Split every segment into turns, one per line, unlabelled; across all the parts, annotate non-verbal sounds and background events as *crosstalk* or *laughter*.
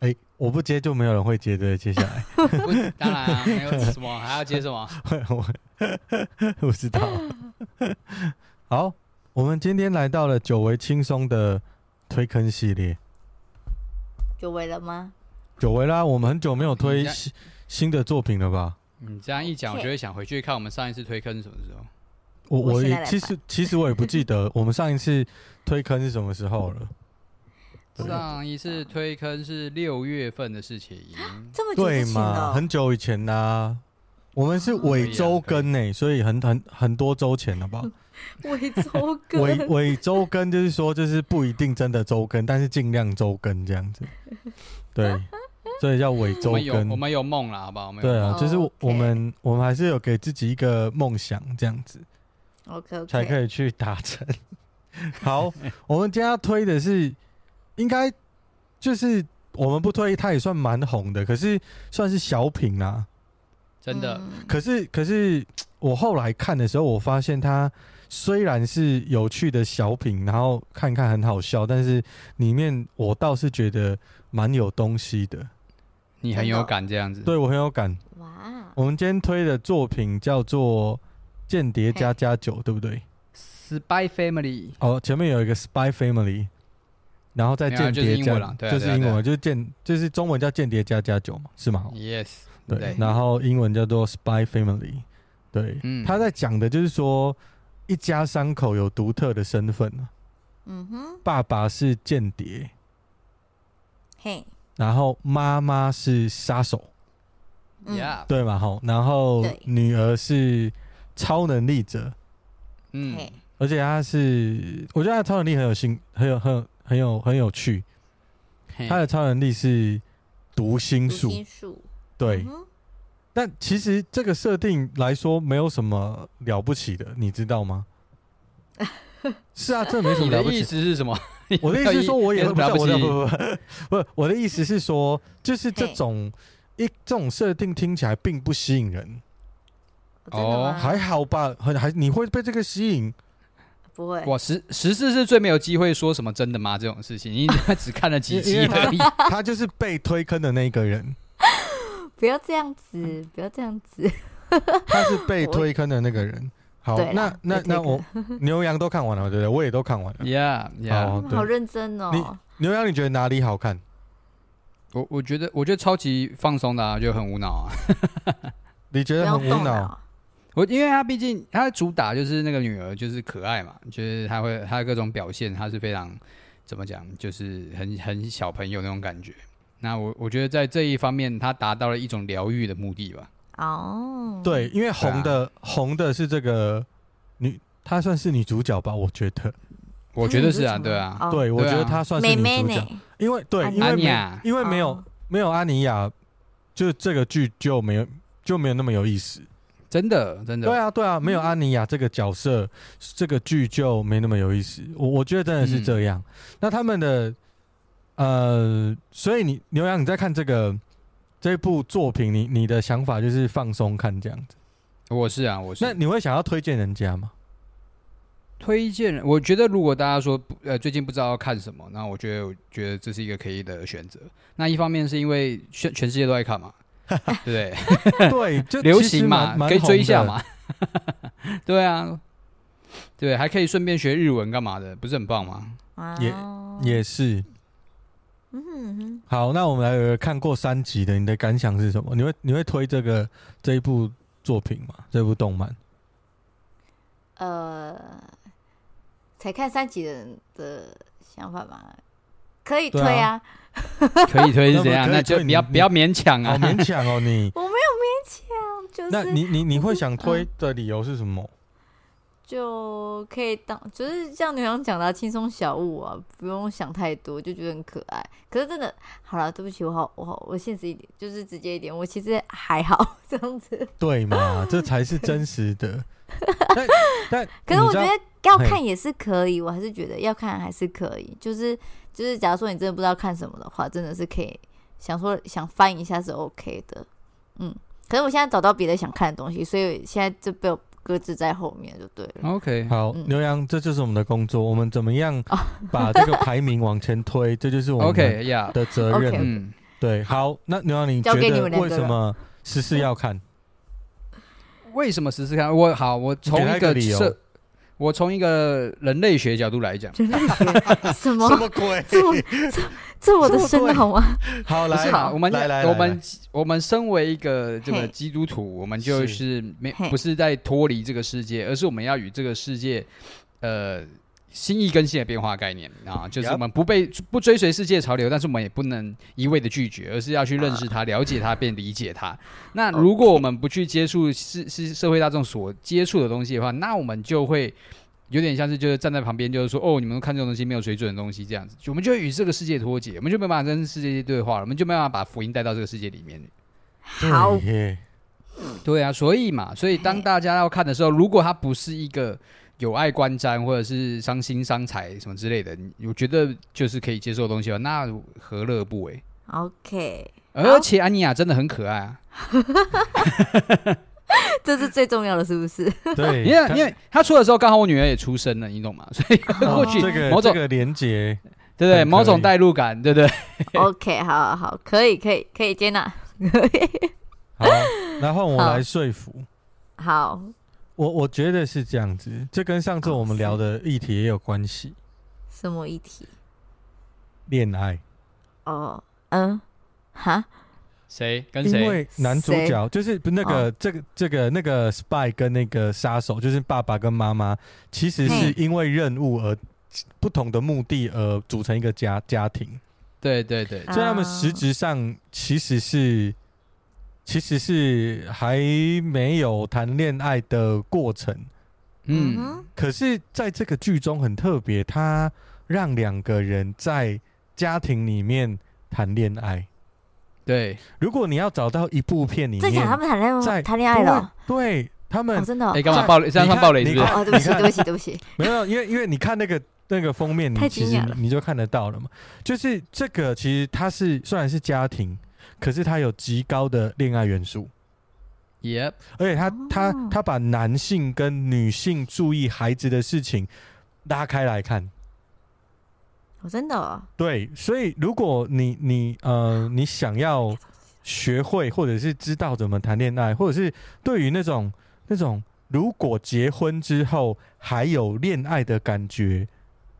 哎，我不接就没有人会接对，接下来 *laughs*
不，当然、啊、没有什么，还要接什么？
我 *laughs* 不知道。 *laughs* 好，我们今天来到了久违轻松的推坑系列，
久违了吗？
久违啦，我们很久没有推
嗯
你家
新新的作品了吧？
你这样一讲，我就会想回去看我们上一次推坑是什么时候。
我
我
我
现在
也
来
其实
*laughs*
其实我也不记得我们上一次推坑是什么时候了。对
上一次推坑是六月份的事情，
这么久
对
之前
嘛，
了，
很久以前啦、我们
哦
是尾周更呢、所以很很很多周前了吧？
伪
*laughs*
周
尾
更，
尾周更就是说，就是不一定真的周更，但是尽量周更这
*laughs*
样子。对，所以叫尾
我
周
们有我
更。
们有梦啦，好不好？我们有
对
梦
啊，就是我
哦，OK
我们我们还是有给自己一个梦想，这样子
OK OK，
才可以去达成。 *laughs* 好，我们今天要推的是，应该就是我们不推，它也算蛮红的，可是算是小品啊啦、
真的，
嗯
可是，可是我后来看的时候，我发现它虽然是有趣的小品，然后看看很好笑，但是里面我倒是觉得蛮有东西的，
你很有感这样子。
对我很有感。
哇，
我们今天推的作品叫做《间谍加加酒》，对不对？
，Spy Family，
哦，前面有一个 Spy Family，然后再
没有
间
啊就是
谍
英
加
文啦，对啊
就
对啊
是英
对啊嗯
文，就是间，就是中文叫间谍加加酒嘛，是吗？
Yes，
对，然后英文叫做 Spy Family。对，
嗯
他在讲的就是说，一家三口有独特的身份啊
嗯哼，
爸爸是间谍，
嘿，
然后妈妈是杀手，
嗯
Yeah，
对嘛？吼，然后
对
女儿是超能力者，
嗯，
嘿，
而且她是，我觉得她的超能力很有兴，很有很有很有很有趣。
嘿
她的超能力是读心
读
术，
心术，
对
嗯。哼
但其实这个设定来说，没有什么了不起的，你知道
*laughs*
吗？是啊，这没什
你
么了
的
不
意
起。
思是什么？ *laughs*
我的意思是说，我也
有
不
什
是
么了
我的
起
不不不不， *laughs* 我的意思是说，就是这种一这种设定听起来并不吸引人，
哦真的
哦
吗
还好吧？很还你会被这个吸
*laughs*
引？
不会，
哇，十十四是最没有机会说什么真的吗这种事情，因为他只看了几
*laughs*
集而已。
他就是被推坑的那一个人，
不要这样子，不要这样子，
他是被推坑的那个人。好
对，啦
那那
被推
那我
*laughs*
牛羊都看完了，对不对？我也都看完了。
*laughs* Yeah
哦
Yeah，
对
好认真哦，
牛羊，你觉得哪里好看？
我我觉得我觉得超级放松的啊，就很无脑啊。
你觉
不
得
要
很无
动
脑？
脑，
我因为他毕竟他的主打就是那个女儿就是可爱嘛，就是他会他的各种表现，他是非常怎么讲，就是很很小朋友那种感觉。那我我觉得在这一方面，他达到了一种疗愈的目的吧。
哦，
对，，因为红的、
啊
红的是这个女，她算是女主角吧，我觉得。
我觉得是啊，对啊，
哦，
对，我觉
对
得
啊
她算是
妹
女
妹
主
呢
角，？因为对，
安
因为
妮啊
没
亚
因为没有、
哦
没有安妮亚，就这个剧就没有就没有那么有意思。
真的真的。
对啊，对啊，没有安妮亚这个角色，这个剧就没那么有意思。我我觉得真的是这样。
嗯
那他们的呃，所以你牛羊你在看这个这部作品，你你的想法就是放松看这样子。
我是啊，我是。
那你会想要推荐人
*laughs*
家吗？
推荐，我觉得如果大家说不呃最近不知道要看什么，那我觉得我觉得这是一个可以的选择。那一方面是因为全全世界都在看嘛， *laughs* 对不对？
*laughs* 对，就
流
其实
行嘛
蛮，蛮
可以追一下
红的
嘛。 *laughs* 对啊，对，还可以顺便学日文干嘛的，不是很棒
*laughs*
吗？
哇
也
哦
也是。
嗯哼哼
好，那我们来有看过三集的，你的感想是什么？你会你会推这个这一部作品吗？这部动漫？
呃，才看三集的人的想法嘛，可以推
对啊
啊，
可以推是怎
那
样？
么可以
那就
推
不要
你
不要勉强
好
啊。
勉强哦，
*laughs*
你。
我没有勉强，就
那
是嗯
你你你会想推的理由是什么？
就可以当，就是像牛羊讲的啊、轻松小物啊，不用想太多，就觉得很可爱。可是真的，好了，对不起，我好，我好，我现实一点，就是直接一点，我其实还好 *laughs* 这样子。
对嘛， *laughs* 这才是真实
*laughs*
的。但但
可是
你
我
知
觉
道
得要
嘿
看也是可以，我还是觉得要看还是可以。就是就是，假如说你真的不知道看什么的话，真的是可以想说想翻一下是 OK 的。嗯，可是我现在找到别的想看的东西，所以现在就被我搁置在后面就对了。
*laughs* OK，
好，
嗯
牛羊，这就是我们的工作，我们怎么样
哦
把这个排名往前推，这就是我们
OK 呀，
的责任。
OK
嗯，
对，好，那牛羊，你觉
交给你
得
们两个
为什么十四要看？
为什么十四看？我好，我从
给他
一
一个
个
理由
社，我从一个人类学角度来讲，
人类
哦
学 *laughs* 什么？
鬼？
这
*laughs*
我这这我的生的好吗？
好，
不是啊
来，
嘛？我们
来来，
我
来
们
来
我们身为一个这个
嘿
基督徒，我们就是没
嘿
不是在脱离这个世界，而是我们要与这个世界，呃。新意更新的变化概念啊，就是
Yup
我们不被不追随世界潮流，但是我们也不能一味的拒绝，而是要去认识它、了解它并理解它。那如果我们不去接触是是社会大众所接触的东西的话，那我们就会有点像是就是站在旁边，就是说哦，你们看这种东西没有水准的东西这样子，我们就会与这个世界脱节，我们就没办法跟世界对话了，我们就没办法把福音带到这个世界里面。
好
对耶
对啊，所以嘛，所以当大家要看的时候，如果它不是一个有爱观瞻或者是伤心伤财什么之类的，你我觉得就是可以接受的东西了，那何乐而不为？
，OK，
啊
而且安妮亚真的很可爱啊，
这是最重要的，是
*laughs*
不是？
*laughs*
对，
因为
他
因为她出的时候刚好我女儿也出生了，你懂吗？ *laughs* 所以
哦
或许
这个
某种
这个连接，
对不对？
很
某
可
种
以
代入感，对不对？
OK，好好好，可以可以可以接纳。 *laughs*
好，来换我
好
来说服。
好，
我我觉得是这样子，这跟上次
哦
我们
是
聊的议题也有关系，
什么议题？
恋爱。
哦，嗯，哈，
谁跟
因
谁？
为男主角就是不那
哦
个、这个这个那个 spy 跟那个杀手，就是爸爸跟妈妈，其实是
嘿
因为任务而不同的目的而组成一个家家庭，
对对对，
啊
所以他们实质上其实是其实是还没有谈恋爱的过程。
嗯
嗯哼，
可是在这个剧中很特别，他让两个人在家庭里面谈恋爱。
对，
如果你要找到一部片里
真假？他
面
们谈恋
在
爱谈恋爱了？
对对他们
哦，真的哦
哎，干嘛
在
暴雷？这样
你
算
看
暴雷是不
你
是
看？
哦，对不起，
你看
对不起，对不起，
没有，因为因为你看那个那个封面，你
太
其
惊
实
讶了
你就看得到了嘛。就是这个，其实它是虽然是家庭，可是它有极高的恋爱元素，
耶，
而且它
哦
它它把男性跟女性注意孩子的事情拉开来看。
哦，真的哦，
对，所以如果你你呃你想要学会或者是知道怎么谈恋爱，或者是对于那种那种如果结婚之后还有恋爱的感觉，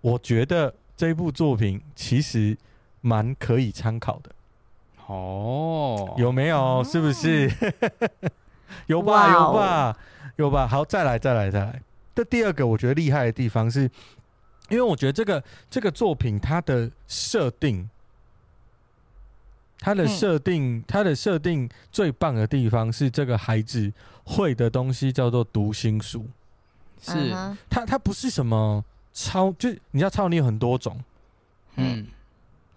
我觉得这部作品其实蛮可以参考的，
哦，
有没有？是不是？ *laughs* 有吧，
哇
有
哦
吧，有吧。好，再来，再来，再来。这第二个我觉得厉害的地方是，因为我觉得这个这个作品它的设定，它的
嗯
设定，它的设定最棒的地方是这个孩子会的东西叫做读心术。
是，
嗯
它它不是什么超，就是你知道超能力有很多种，
嗯，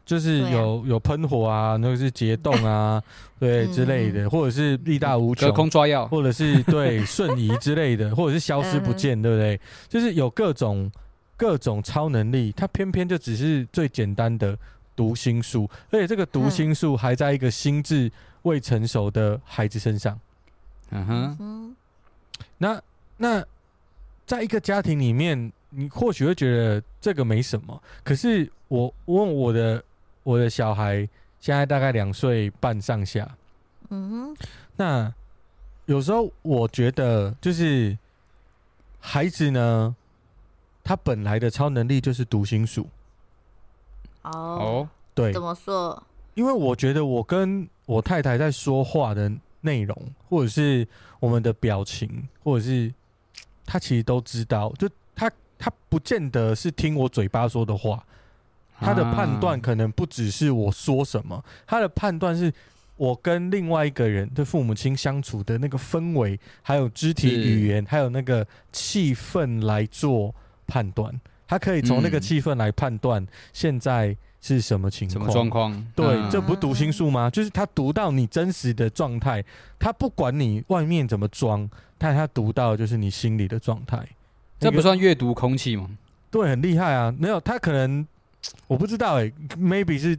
就是
对啊
有、有喷火啊，那个是结冻啊，
*laughs* 嗯
对之类的，或者是力大无
隔
穷，啊
空抓药，
或者是对瞬移之类的，或者是消失不见，对不对？就是有各种各种超能力，它偏偏就只是最简单的读心术，而且这个读心术还在一个心智未成熟的孩子身上。
嗯
哼
哼，
嗯
那那在一个家庭里面，你或许会觉得这个没什么，可是我我问我的我的小孩现在大概两岁半上下，
嗯
那有时候我觉得，就是孩子呢，他本来的超能力就是读心术，
哼，哦，
哦，
对
怎，么说？
因为我觉得我跟我太太在说话的内容，或者是我们的表情，或者是他其实都知道，就他他不见得是听我嘴巴说的话，他的判断
啊
可能不只是我说什么，他的判断是我跟另外一个人的父母亲相处的那个氛围，还有肢体
是
语言，还有那个气氛来做判断。他可以从那个
嗯
气氛来判断现在是什么情
什么
况。
状况？
对，
嗯
这不是读心术吗？就是他读到你真实的状态，他不管你外面怎么装，但他读到的就是你心里的状态。
这
那
不
个
算阅读空气吗？
对，很厉害啊！没有，他可能我不知道哎、m a y b e 是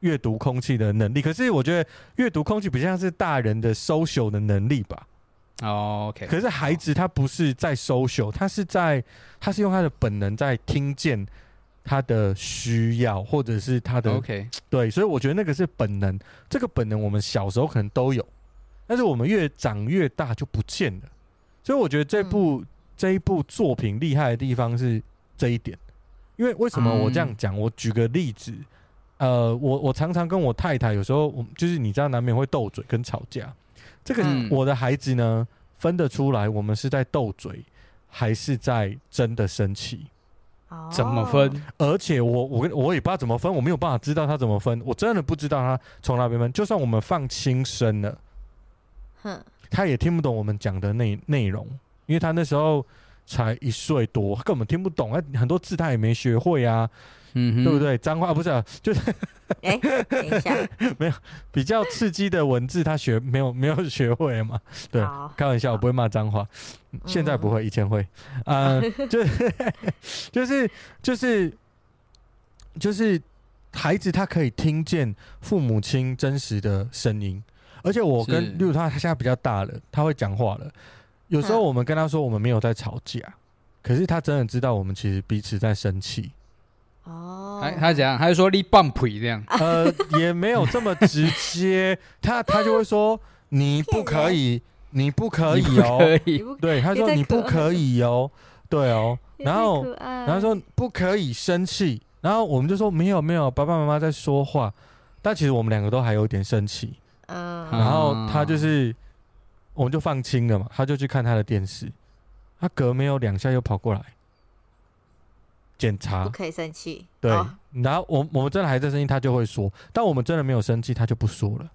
阅读空气的能力，可是我觉得阅读空气比较像是大人的 social 的能力吧。
哦，OK，
可是孩子他不是在 social，他是在他是用他的本能在听见他的需要或者是他的
OK，
对，所以我觉得那个是本能，这个本能我们小时候可能都有，但是我们越长越大就不见了。所以我觉得这部、这一部作品厉害的地方是这一点，因为为什么我这样讲？我举个例子，呃，我我常常跟我太太有时候，我们就是你知道难免会斗嘴跟吵架。这个、
嗯
我的孩子呢分得出来，我们是在斗嘴还是在真的生气。
怎么分？？
而且我我跟我也不知道怎么分，我没有办法知道他怎么分，我真的不知道他从哪边分。就算我们放轻声了，
哼，
他也听不懂我们讲的内内容，因为他那时候才一岁多，他根本听不懂，他很多字他也没学会啊，
嗯哼，
对不？对？脏话不是、啊，就是
哎，等一下，
比较刺激的文字他学没有没有学会嘛。 *laughs* 对
好嗯
开玩笑，我不会骂脏话，现在
嗯
不会，以前会。
*laughs*
呃，就是 *laughs* 就是就是就是孩子他可以听见父母亲真实的声音，而且我
是
跟，例如他他现在比较大了，他会讲话了。有时候
嗯
我们跟他说我们没有在吵架，可是他真的知道我们其实彼此在
*laughs*
生气。
哦，
他他怎样？他就说你棒腿这样，
呃，也没有这么直接，他他就
*laughs*
会说你不可以，你不可以
你不
哦，
可以
你不
对，他
也
说
太
你
可
不可以哦，对哦，然后
然
然后说不可以生气，然后我们就说没有没有，爸爸妈妈在说话，但其实我们两个都还有点生气，
嗯
啊
然后他就是我们就放轻了嘛，他就去看他的电视，他隔没有两下又跑过来检查
不，可以生气，
啊对
哦，
然后我我们真的还在生气，他就会说，但我们真的没有生气，他就不说了。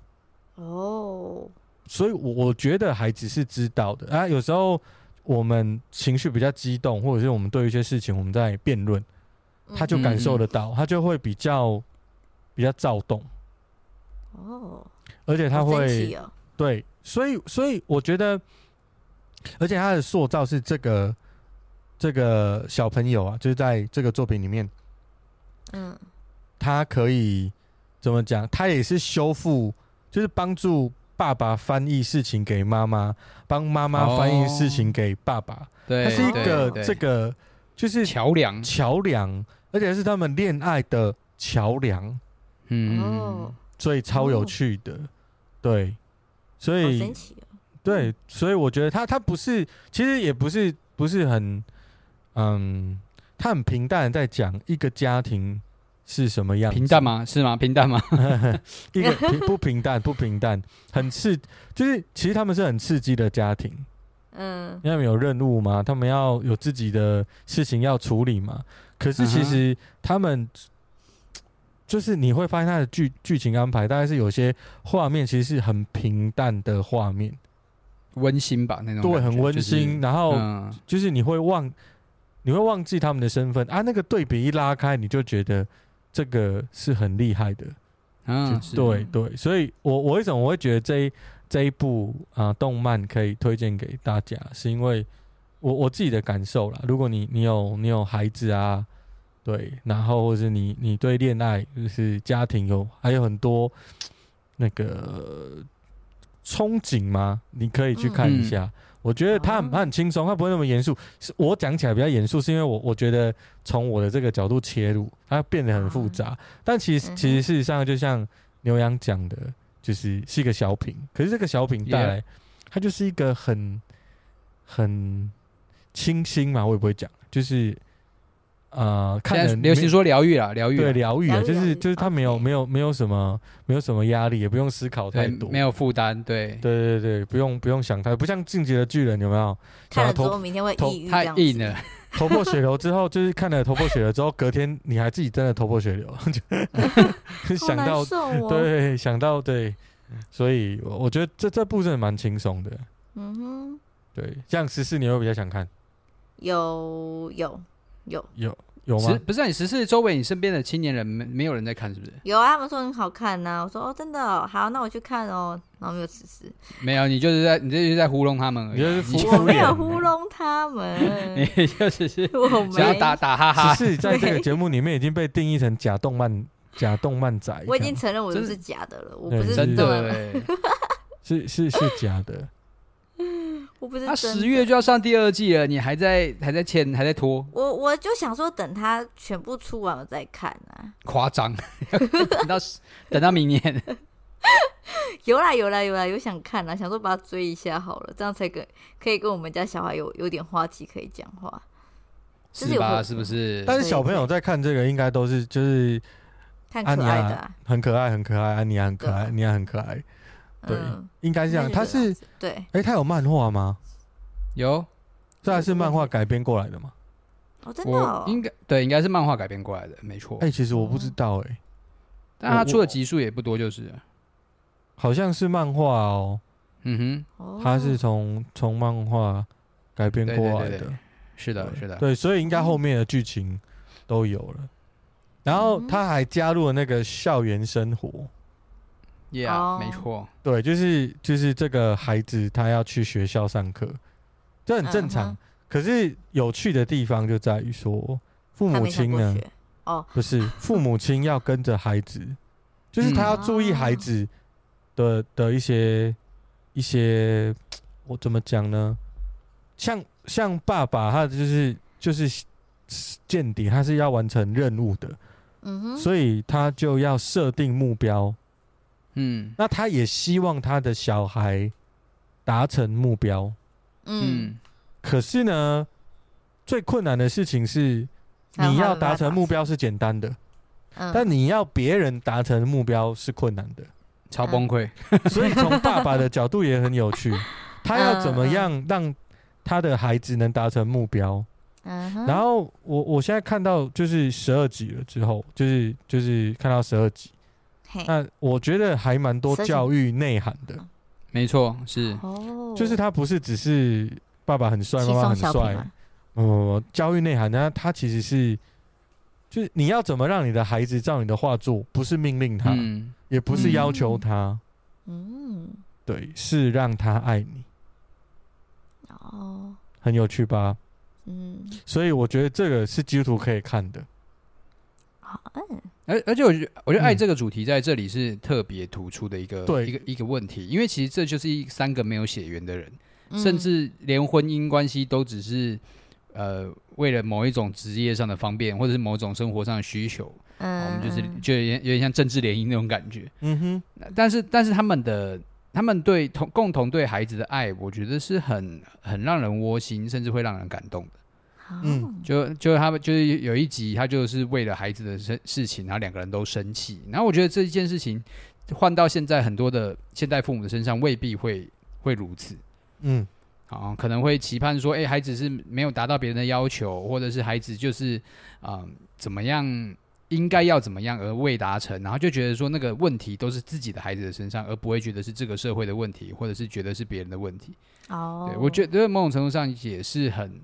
哦，
所以我，我觉得孩子是知道的啊。有时候我们情绪比较激动，或者是我们对一些事情我们在辩论，
嗯
他就感受得到，他就会比较比较躁动，
哦，
而且他
好神
会
奇哦
对，所以所以我觉得，而且他的塑造是这个这个小朋友啊，就是在这个作品里面，
嗯，
他可以怎么讲？他也是修复，就是帮助爸爸翻译事情给妈妈，帮妈妈翻译事情给爸爸。
哦对，
他是一个
对对
这个就是
桥梁，
桥梁，而且是他们恋爱的桥梁，
嗯，
哦，
所以超有趣的。对，所
好
以
神奇哦，
对，所以我觉得他他不是，其实也不是不是很，嗯，他很平淡的在讲一个家庭是什么样子，
平淡吗？是吗？平淡吗？
*laughs*
*laughs*
一个平不平淡不平淡，很刺，就是其实他们是很刺激的家庭，
嗯，
因为他们有任务嘛，他们要有自己的事情要处理嘛。可
嗯
是其实他们就是你会发现他的剧剧情安排大概是有些画面其实是很平淡的画面，
温馨吧，那种
对，
感觉
很温馨，，然
就
后
是嗯
就是你会忘，你会忘记他们的身份啊。那个对比一拉开，你就觉得这个是很厉害的。
嗯，
就是对
嗯
对，所以我我为什么我会觉得这一这一部啊、呃动漫可以推荐给大家，是因为我我自己的感受啦。如果你你有你有孩子啊，对，然后或是你你对恋爱就是家庭有还有很多那个憧憬吗？你可以去看一下。我觉得他很他很轻松，他不会那么严肃。是我讲起来比较严肃，是因为我我觉得从我的这个角度切入，它变得很复杂。但其实
嗯哼
其实事实上，就像牛羊讲的，就是是一个小品。可是这个小品带来，它就是一个很很清新嘛，我也不会讲，就是呃，看
现在
人
流行说疗愈啦，疗愈
对
啦，
疗愈啊，
疗愈
就
疗
是
愈
就是他没有
OK
没有没有什么没有什么压力，也不用思考太
对，
多，
没有负担，对，
对对对，不用不用想太，不像《进击的巨人》有没有？
看了之
头
后明天会
头
抑郁，
太硬了，，
头破血流之后，就是看了头破血流之后，隔天 *laughs* 你还自己真的头破血流，就就
*laughs*
好
想
难
到
受哦，
对想到对，
嗯
所以我我觉得这这部真的蛮轻松的。
嗯哼，
对，这样十四你会比较想看，
有有有
有有
十
吗？
不是、啊、你十四周围你身边的青年人没没有人在看是不是？
有啊，他们说很好看呐、我说哦，真的哦，好，那我去看哦。然后没有此事，
没有，你就是在你这就是在糊弄他们而已，
你就是
你
敷
我没
衍
有糊弄
*laughs*
他们，
你就只是
我
想要
没，
打打哈啊哈
十。四在这个节目里面已经被定义成假动
*laughs*
漫假动漫仔，
我已经
这样
承认我
真
就
的
是假的了，我
对
不是
真
真
真
的
的，
欸，
是是是假的。
我不是
他
真的。
十月就要上第二季了，你还在还在签还在拖，
我我就想说，等他全部出完我再看啊。
夸张。 *laughs* 等到等到明年，
有啦有啦有啦，有想看啊啦，想说把它追一下好了，这样才跟可以跟我们家小孩有有点话题可以讲话。 *laughs* 就是
是
有
吧？
会
是不是？
但是小朋友在看这个应该都是就是
看
安
可
妮
爱
亚
的、啊，
很可爱，很可爱，安妮亚很可爱，
对啊
安妮亚很可爱，对
嗯，
应该是这样。
应
他
该这
是
样子对，
哎，他有漫画吗？
有
这还是漫画改编过来的吗？
哦，真的、
我
哦，
应该对，应该是漫画改编过来的，没错。
哎，其实我不知道哎，
但他出的集数也不多，就是了，
好像是漫画哦，
嗯
哦
他是从从漫画改编
对对
过来
对
的。
哼，是的，是的，
对，所以应该后面的剧情都有了。然后
嗯
他还加入了那个校园生活，
，Yeah，
哦
没错，
对，就是就是这个孩子他要去学校上课，这很正常。
嗯哼
可是有趣的地方就在于说，父
还
母
没上
亲
过
呢
学，哦，
不是父母亲要跟着孩子，就是他要注意孩子的、的一些一些，我怎么讲呢？像像爸爸，他就是就是间谍，他是要完成任务的，
嗯哼，
所以他就要设定目标。
嗯
那他也希望他的小孩达成目标，
嗯，
嗯，
可是呢，最困难的事情是
还有
你
他
要
们没
达
办
成
法
目，标是简单的，
嗯、
但你要别人达成目标是困难
*laughs*
的，
超崩溃，
所以从爸爸的角度也很有趣，他要怎么样让他的孩子能达成目标？
嗯哼，
然后我我现在看到就是十二集了之后，就是就是看到十二集，
嗯嘿，
那我觉得还蛮多
12集
教育内涵的，
没错，是
哦，
就是他不是只是爸爸很帅，
轻
妈妈
松
很
小
帅
品，嘛，
哦，教育内涵呢，它其实是就是你要怎么让你的孩子照你的话做，不是命令他，
嗯，
也不是要求他。
嗯，
对，是让他爱你，
哦，
很有趣吧？
嗯，
所以我觉得这个是基督徒可以看的。
好，嗯，
而而且我觉得，我觉得爱
嗯
这个主题在这里是特别突出的一个
对
一个一个问题，因为其实这就是一三个没有血缘的人，
嗯
甚至连婚姻关系都只是呃为了某一种职业上的方便，或者是某种生活上的需求，哦我
嗯，
们就是
嗯
就有点有点像政治联姻那种感觉。
嗯哼，
但是但是他们的他们对同共同对孩子的爱，我觉得是很很让人窝心，甚至会让人感动的。
嗯
就就他们就是有一集，他就是为了孩子的事事情，然后两个人都生气。然后我觉得这一件事情换到现在很多的现代父母的身上，未必会会如此。
嗯，
啊、可能会期盼说，哎、孩子是没有达到别人的要求，或者是孩子就是，啊、怎么样应该要怎么样而未达成，然后就觉得说那个问题都是自己的孩子的身上，而不会觉得是这个社会的问题，或者是觉得是别人的问题。
哦，
对我觉得某种程度上也是很，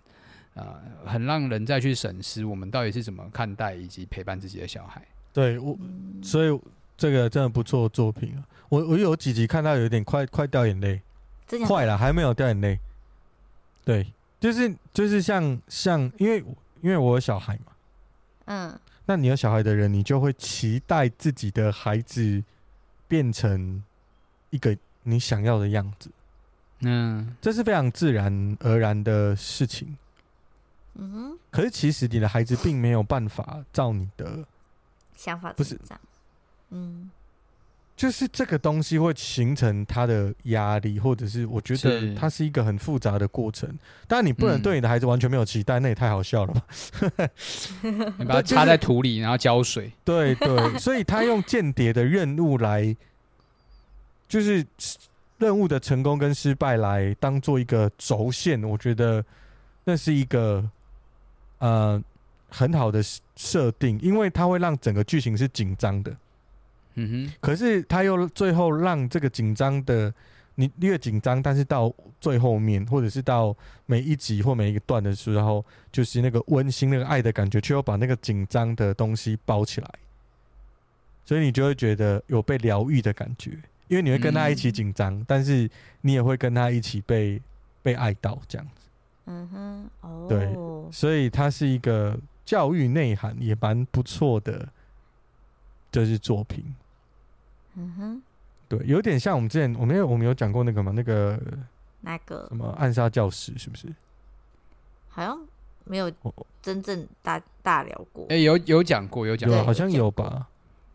呃，很让人再去审视我们到底是怎么看待以及陪伴自己的小孩。
对我，所以这个真的不错的作品啊。我我有几集看到有点快快掉眼泪，
这样
快了，还没有掉眼泪。对，就是就是像像，因为因为我有小孩嘛，
嗯，
那你有小孩的人，你就会期待自己的孩子变成一个你想要的样子，
嗯，
这是非常自然而然的事情。
嗯哼，
可是其实你的孩子并没有办法照你的，
想法
不
成
是
长，嗯，
就是这个东西会形成他的压力，或者是我觉
是
得它是一个很复杂的过程。当然，你不能
嗯
对你的孩子完全没有期待，那也太好笑了吧？
你把它
嗯就是
插在土里，然后浇水。
对对，所以他用间谍的任务来，就是任务的成功跟失败来当做一个轴线，我觉得那是一个呃很好的设定，因为它会让整个剧情是紧张的。
嗯
可是他又最后让这个紧张的你越紧张，但是到最后面，或者是到每一集或每一个段的时候，就是那个温馨、那个爱的感觉，却又把那个紧张的东西包起来，所以你就会觉得有被疗愈的感觉，因为你会跟他一起紧张，但是你也会跟他一起被被爱到这样子，
嗯哼，哦，
对所以它是一个教育内涵也蛮不错的，就是作品。
嗯哼，
对，有点像我们之前，我们有我们有讲过那个嘛，那个
那个
什么暗杀教室是不是？
好像没有
哦
真正大大聊过
哼，，哎，有有讲过，有讲
有
对
啊
过。
好像
有
有吧？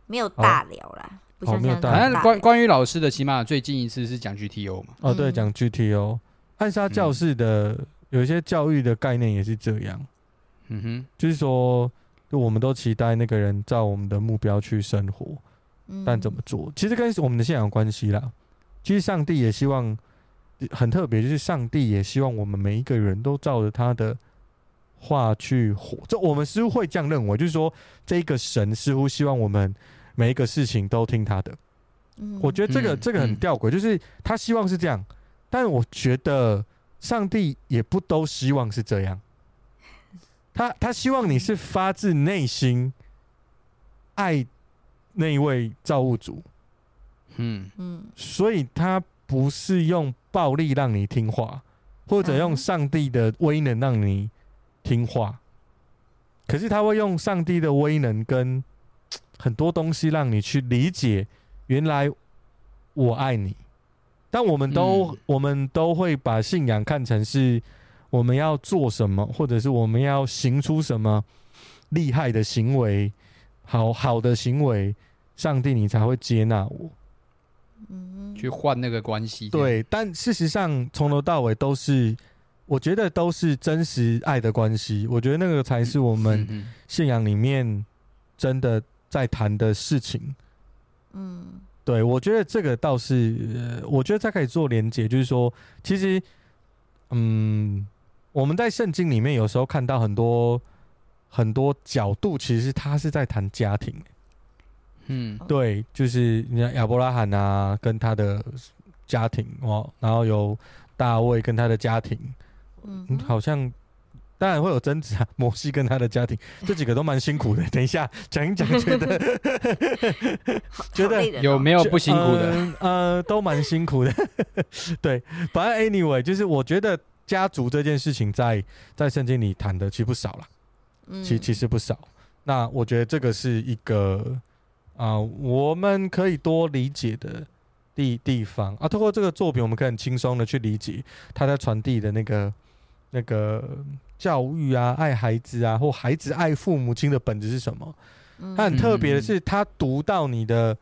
没有大聊啦，不
哦
像
没有
现在
大聊
反正
那么大
哎关
聊
关于老师的，起码最近一次是讲 GTO 嘛。
哦，对，
嗯
讲 GTO 暗
嗯
杀教室的、有一些教育的概念也是这样，
嗯哼，
就是说，就我们都期待那个人照我们的目标去生活，
嗯
但怎么做，其实跟我们的信仰有关系啦。其实上帝也希望很特别，就是上帝也希望我们每一个人都照着他的话去活。这我们似乎会这样认为，就是说这一个神似乎希望我们每一个事情都听他的。
嗯，
我觉得这个
嗯
这个很
嗯
吊诡，就是他希望是这样，但我觉得上帝也不都希望是这样。他他希望你是发自内心爱那一位造物主，
嗯
嗯
所以他不是用暴力让你听话，或者用
嗯
上帝的威能让你听话，可是他会用上帝的威能跟很多东西让你去理解，原来我爱你。但我们都、
嗯
我们都会把信仰看成是我们要做什么，或者是我们要行出什么厉害的行为，好好的行为，上帝你才会接纳我。
嗯
去换那个关系。，
对，但事实上从头到尾都是，我觉得都是真实爱的关系。我觉得那个才是我们
嗯
信仰里面真的在谈的事情。
嗯
对我觉得这个倒是，呃、我觉得它可以做连接，就是说，其实，嗯，我们在圣经里面有时候看到很多很多角度，其实它是在谈家庭。
嗯
对，就是你看亚伯拉罕啊，跟他的家庭哦，然后有大卫跟他的家庭，
嗯
嗯
哼，
好像当然会有争执啊。摩西跟他的家庭， *laughs* 这几个都蛮辛苦的。等一下讲一讲，觉得
好
觉得
好累人哦
有没有不辛苦的？
呃， *laughs* 呃都蛮辛苦的。 *laughs* 对，反正 anyway，就是我觉得家族这件事情在在圣经里谈的其实不少啦。
嗯
其其实不少。那我觉得这个是一个啊、我们可以多理解的地地方啊。通过这个作品，我们可以很轻松的去理解他在传递的那个那个教育啊，爱孩子啊，或孩子爱父母亲的本质是什么。
嗯
他很特别的是，他读到你的，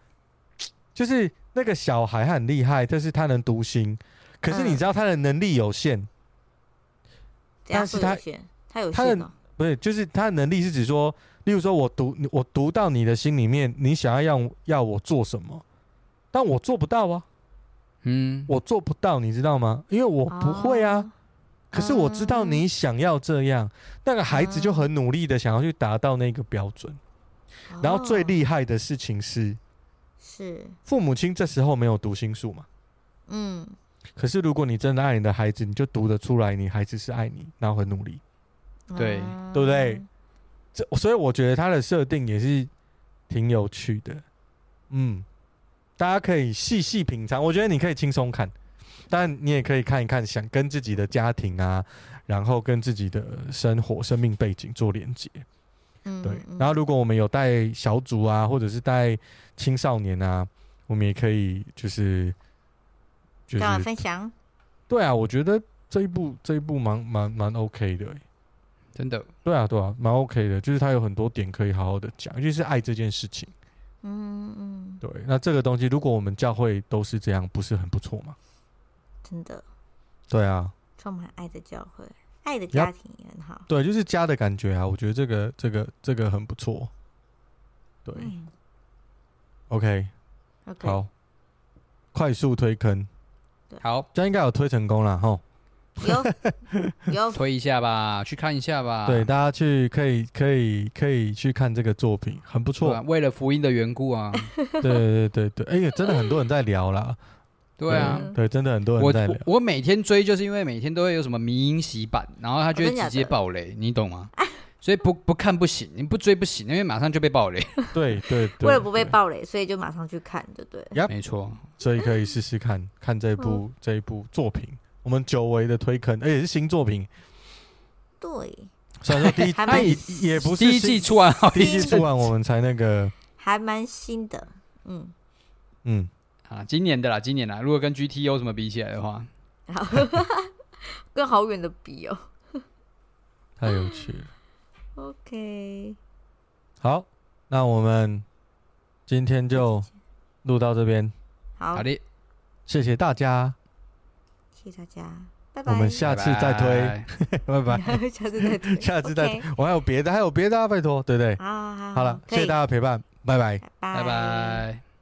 就是那个小孩他很厉害，但是他能读心，可是你
嗯
知道他的能力有限。
怎样
但是
会
他
有限他有
他
限
的
哦
不是，就是他的能力是指说，例如说我读我读到你的心里面，你想要让要我做什么，但我做不到啊，
嗯，
我做不到，你知道吗？因为我不会啊。
哦
可是我知道你想要这样，那个孩子就很努力的想要去达到那个标准。
哦
然后最厉害的事情是，
是
父母亲这时候没有读心术嘛。
嗯
可是如果你真的爱你的孩子，你就读得出来，你孩子是爱你，然后很努力。
对
啊
对不对这所以我觉得它的设定也是挺有趣的，嗯，大家可以细细品尝。我觉得你可以轻松看，但你也可以看一看，想跟自己的家庭啊，然后跟自己的生活、生命背景做连接。
嗯
对，
嗯
然后如果我们有带小组啊，或者是带青少年啊，我们也可以就是就
干嘛
是
分享？
对啊，我觉得这一部这一部蛮蛮蛮 OK 的欸、
真的，
对啊，对啊，蛮 OK 的，就是它有很多点可以好好的讲，尤其是爱这件事情。
嗯嗯，
对，那这个东西，如果我们教会都是这样，不是很不错吗？
真的，
对啊，
充满爱的教会，爱的
Yup
家庭也很好。
对，就是家的感觉啊，我觉得这个这个这个很不错。对、
嗯
o k
，OK，
好，快速推坑，
好，
这样应该有推成功了哈。 *laughs*
有有
推一下吧，去看一下吧。
对，大家去可以可以可以去看这个作品，很不
对
错
啊，。为了福音的缘故
*laughs*
啊，
对对对对，哎、呀，真的很多人在聊啦。
对啊。
嗯
对，真的很多
我
人在
我
聊。
我每天追，就是因为每天都会有什么迷音洗版，然后他就会
哦真假
直
的啊
接爆雷，你懂吗？所以不不看不行，你不追不行，因为马上就被爆雷。
对对对，
为了不被
对，
暴雷，所以就马上去看，就对了。
Yep
没错，
所以可以试试看看这部这一部作品，我们久违的推坑，而且是新作品。
对，
虽然说第一
还蛮
第一也不是
第一
新
季出完好
第一季出完我们才那个，
还蛮新的，嗯，
嗯，
*laughs* 啊，今年的啦，今年啦，如果跟 GT 有什么比起来的话，
好， *laughs* 跟好远的比哦。
太有趣了。
OK，
好，那我们今天就录到这边，
好
好，的，
谢谢大家，
谢谢大家，拜拜。
我们下次再推，
拜拜。
拜拜。
*laughs* 下次再推，
下次再
OK，
我还有别的，还有别的啊，拜托，对不对？
好好
好了，谢
可
谢
以
大家陪伴，拜拜。
拜
拜拜